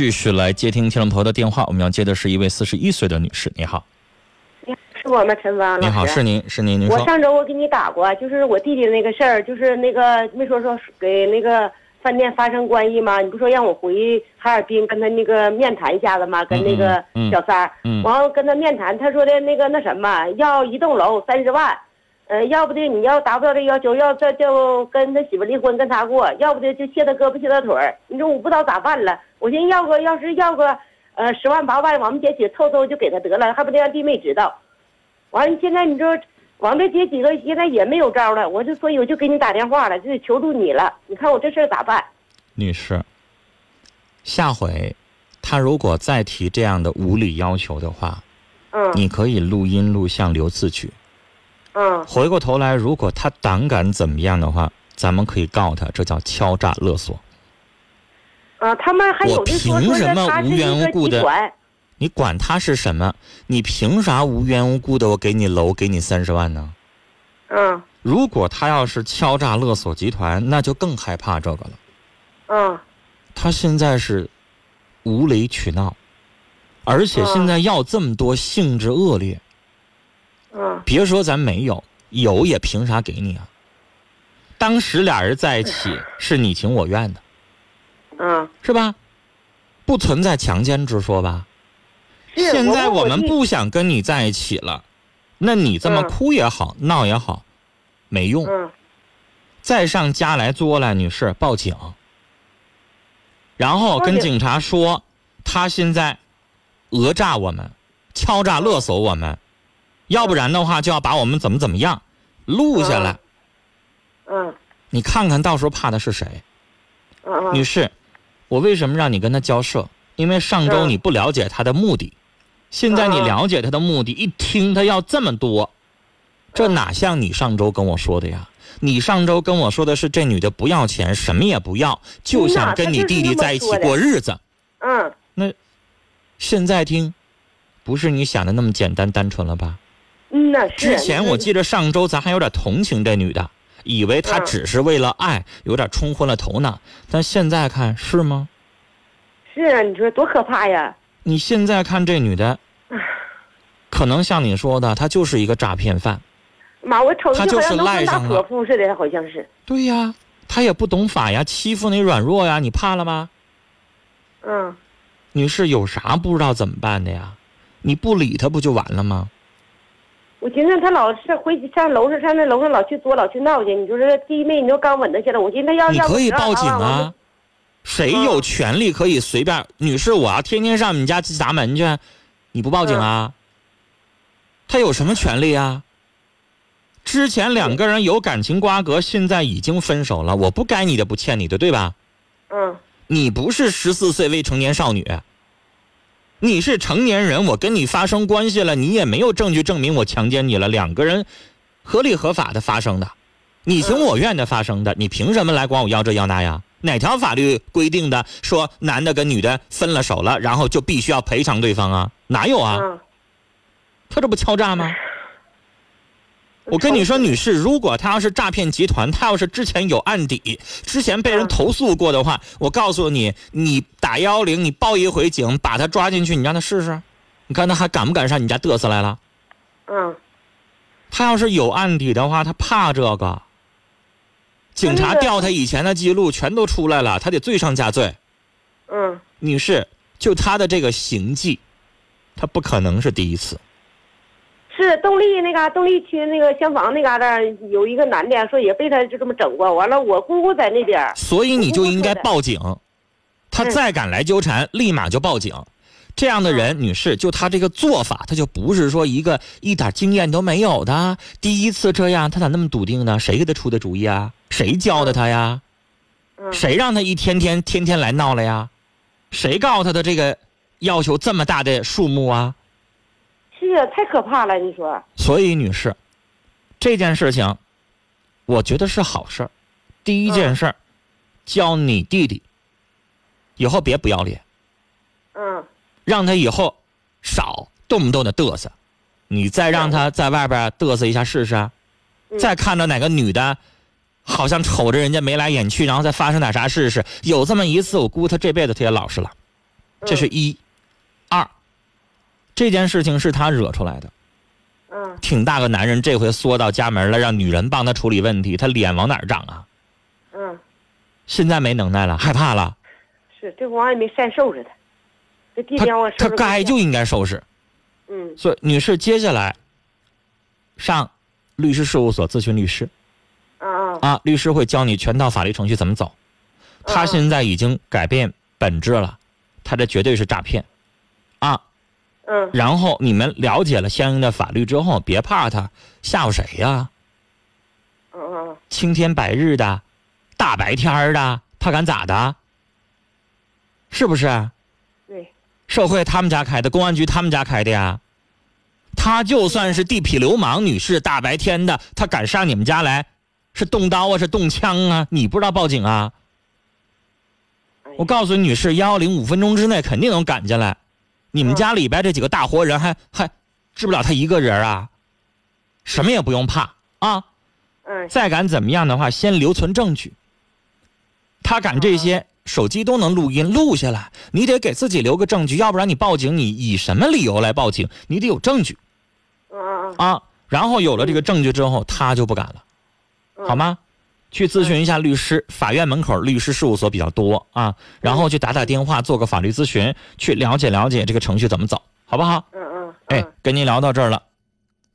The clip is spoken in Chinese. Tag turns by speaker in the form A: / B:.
A: 继续来接听听众朋友的电话，我们要接的是一位四十一岁的女士。你好，
B: 是我吗，陈芳老师？
A: 你好，是您，是您，您
B: 我
A: 说。
B: 上周我给你打过，就是我弟弟那个事儿，就是那个没说说给那个饭店发生关系吗？你不说让我回哈尔滨跟他那个面谈一下子吗？跟那个
A: 嗯嗯嗯
B: 小三儿，
A: 嗯
B: 然后跟他面谈，他说的那个那什么，要一栋楼三十万，呃，要不的你要达不到这要求，要这就跟他媳妇离婚，跟他过，要不的就卸他胳膊卸他腿儿。你说我不知道咋办了，我寻思要个要是要个，呃，十万八万，我们姐姐凑凑就给他得了，还不得让弟妹知道。完了，现在你说往这姐几个现在也没有招了，我就所以我就给你打电话了，就求助你了。你看我这事儿咋办？
A: 女士，下回他如果再提这样的无理要求的话，
B: 嗯
A: 你可以录音录像留字据。
B: 嗯
A: 回过头来，如果他胆敢怎么样的话，咱们可以告他，这叫敲诈勒索。
B: 啊，他们还有的说
A: 我凭
B: 说
A: 什
B: 是
A: 么
B: 他是
A: 无缘
B: 一
A: 无
B: 个
A: 故
B: 集
A: 地
B: 团，
A: 你管他是什么？你凭啥无缘无故的我给你楼给你三十万呢？
B: 嗯
A: 如果他要是敲诈勒索集团，那就更害怕这个了。
B: 嗯
A: 他现在是无理取闹，而且现在要这么多性质恶劣，
B: 嗯
A: 别说咱没有，有也凭啥给你啊？当时俩人在一起是你情我愿的，
B: 嗯，
A: 是吧？不存在强奸之说吧？
B: 是
A: 现在
B: 我
A: 我
B: 问
A: 们
B: 弟
A: 不想跟你在一起了，那你这么
B: 嗯
A: 哭也好，闹也好，没用。
B: 嗯
A: 再上家来作来，女士报警，然后跟警察说，他现在讹诈我们，敲诈勒索我们，要不然的话就要把我们怎么怎么样，录下来，
B: 嗯
A: 你看看到时候怕的是谁？
B: 嗯
A: 女
B: 嗯
A: 士，我为什么让你跟他交涉？因为上周
B: 嗯
A: 你不了解他的目的，现在你
B: 嗯嗯
A: 了解他的目的，一听他要这么多，这哪像你上周跟我说的呀？你上周跟我说的是这女的不要钱，什么也不要，就想跟你弟弟在一起过日子。
B: 嗯
A: 现在听，不是你想的那么简单单纯了吧？
B: 嗯，那是
A: 之前我
B: 记
A: 记得上周咱还有点同情这女的，以为她
B: 嗯
A: 只是为了爱，有点冲昏了头脑，但现在看是吗？
B: 是啊，你说多可怕呀！
A: 你现在看这女的，可能像你说的，她就是一个诈骗犯。
B: 妈，我瞅着
A: 他就
B: 就好
A: 是
B: 像都
A: 赖
B: 跟大
A: 上了
B: 泼妇似的，好像是。
A: 对呀，她也不懂法呀，欺负你软弱呀，你怕了吗？
B: 嗯
A: 女士有啥不知道怎么办的呀？你不理她不就完了吗？
B: 我寻思他老是回上楼上上那楼上老去作老去闹去，你说这弟妹你说刚稳得去了，我寻思他要
A: 你
B: 要
A: 可以
B: 不
A: 报警
B: 让他往
A: 啊，谁
B: 嗯
A: 有权利可以随便？女士，我要天天上你家去砸门去，你不报警
B: 嗯
A: 啊？她有什么权利啊？之前两个人有感情瓜葛，现在已经分手了，我不该你的不欠你的，对吧？
B: 嗯
A: 你不是十四岁未成年少女，你是成年人，我跟你发生关系了，你也没有证据证明我强奸你了，两个人合理合法的发生的，你情我愿的发生的，你凭什么来管我要这要那呀？哪条法律规定的说男的跟女的分了手了，然后就必须要赔偿对方啊？哪有啊？
B: 嗯，
A: 他这不敲诈吗？我跟你说，女士，如果他要是诈骗集团，他要是之前有案底，之前被人
B: 嗯
A: 投诉过的话，我告诉你，你打幺幺零，你报一回警，把他抓进去，你让他试试，你看他还敢不敢上你家嘚瑟来了？
B: 嗯，
A: 他要是有案底的话，他怕这个。警察
B: 那个
A: 调他以前的记录全都出来了，他得罪上加罪。
B: 嗯
A: 女士，就他的这个行迹，他不可能是第一次。
B: 是动力那嘎、动力区那个厢房那嘎达有一个男的，啊说也被他就这么整过。完了，我姑姑在那边儿，
A: 所以你就应该报警。他
B: 嗯
A: 再敢来纠缠，立马就报警。这样的人，女士，就他这个做法，他就不是说一个一点经验都没有的，第一次这样，他咋那么笃定呢？谁给他出的主意啊？谁教的他呀？
B: 嗯
A: 谁让他一天天天天来闹了呀？谁告诉他的这个要求这么大的数目啊？
B: 是啊，太可怕了，你说，
A: 所以，女士，这件事情，我觉得是好事儿。第一件事儿，教你弟弟以后别不要脸，
B: 嗯
A: 让他以后少动不动的嘚瑟。你再让他在外边嘚瑟一下试试啊，
B: 嗯
A: 再看着哪个女的，好像瞅着人家眉来眼去，然后再发生点啥试试。有这么一次，我估计他这辈子他也老实了。
B: 嗯
A: 这是一、二，这件事情是他惹出来的。
B: 嗯，
A: 挺大个男人，这回缩到家门了，让女人帮他处理问题，他脸往哪儿长啊？
B: 嗯，
A: 现在没能耐了，害怕了，
B: 是这王也没善收拾他，这地
A: 他
B: 方我收
A: 他
B: 拾不
A: 该
B: 了
A: 就应该收拾。
B: 嗯
A: 所以，女士，接下来上律师事务所咨询律师
B: 啊啊
A: 啊，律师会教你全套法律程序怎么走。他
B: 嗯
A: 现在已经改变本质了，他这绝对是诈骗啊！
B: 嗯
A: 然后你们了解了相应的法律之后，别怕他吓唬谁呀、
B: 嗯嗯
A: 青天白日的，大白天儿的，他敢咋的？是不是？
B: 对
A: 社会他们家开的，公安局他们家开的呀。他就算是地痞流氓，女士，大白天的，他敢上你们家来，是动刀啊，是动枪啊，你不知道报警啊？
B: 哎呀
A: 我告诉你，女士，幺幺零五分钟之内肯定能赶进来。你们家里边这几个大活人还还治不了他一个人啊？什么也不用怕啊！
B: 嗯
A: 再敢怎么样的话，先留存证据。他敢这些，手机都能录音录下来，你得给自己留个证据，要不然你报警，你以什么理由来报警？你得有证据
B: 嗯嗯
A: 啊。然后有了这个证据之后，他就不敢了，
B: 嗯
A: 好吗？去咨询一下律师，法院门口律师事务所比较多啊，然后去打打电话，做个法律咨询，去了解了解这个程序怎么走，好不好？
B: 嗯嗯
A: 哎
B: 嗯，
A: 跟您聊到这儿了，